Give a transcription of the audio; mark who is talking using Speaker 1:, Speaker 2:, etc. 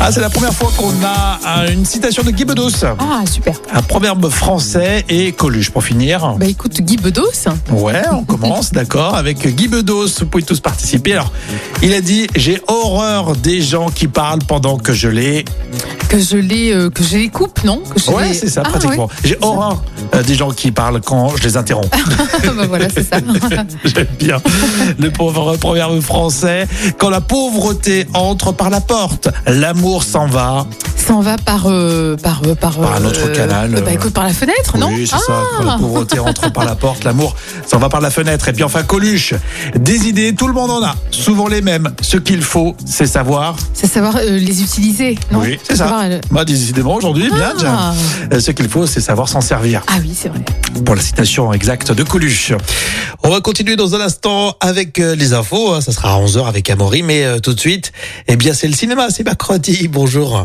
Speaker 1: Ah, c'est la première fois qu'on a euh, une citation de Guy Bedos,
Speaker 2: Ah, super.
Speaker 1: un proverbe français et Coluche pour finir.
Speaker 2: Bah écoute, Guy Bedos,
Speaker 1: Ouais, Ah, on commence, d'accord, avec Guy Bedos. Vous pouvez tous participer. Alors, il a dit J'ai horreur des gens qui parlent pendant que je les.
Speaker 2: que je les, euh, que je les coupe, non que je
Speaker 1: Ouais,
Speaker 2: les-
Speaker 1: c'est ça,
Speaker 2: Ah,
Speaker 1: pratiquement. J'ai horreur euh, des gens qui parlent quand je les interromps.
Speaker 2: ouais. bah voilà, c'est ça.
Speaker 1: J'aime bien le pauvre proverbe français. Quand la pauvreté entre par la porte, l'amour s'en va.
Speaker 2: S'en va par, euh, par, euh, par,
Speaker 1: Par un autre canal,
Speaker 2: Bah
Speaker 1: euh,
Speaker 2: écoute, par la fenêtre, non
Speaker 1: Oui, c'est
Speaker 2: Ah,
Speaker 1: ça. Quand la pauvreté rentre par la porte, l'amour s'en va par la fenêtre. Et puis enfin, Coluche, des idées, tout le monde en a. Souvent les mêmes. Ce qu'il faut, c'est savoir.
Speaker 2: C'est savoir euh, les utiliser, non
Speaker 1: Oui, c'est ça.
Speaker 2: Savoir, euh,
Speaker 1: Bah, décidément, aujourd'hui, bien,
Speaker 2: Ah.
Speaker 1: Jean. Euh, Ce qu'il faut, c'est savoir s'en servir.
Speaker 2: Ah oui, c'est vrai.
Speaker 1: Pour la citation exacte de Coluche.
Speaker 3: On va continuer dans un instant avec euh, les infos. hein. Ça sera à 11h avec Amaury, mais euh, tout de suite, eh bien, c'est le cinéma, c'est mercredi. Bonjour.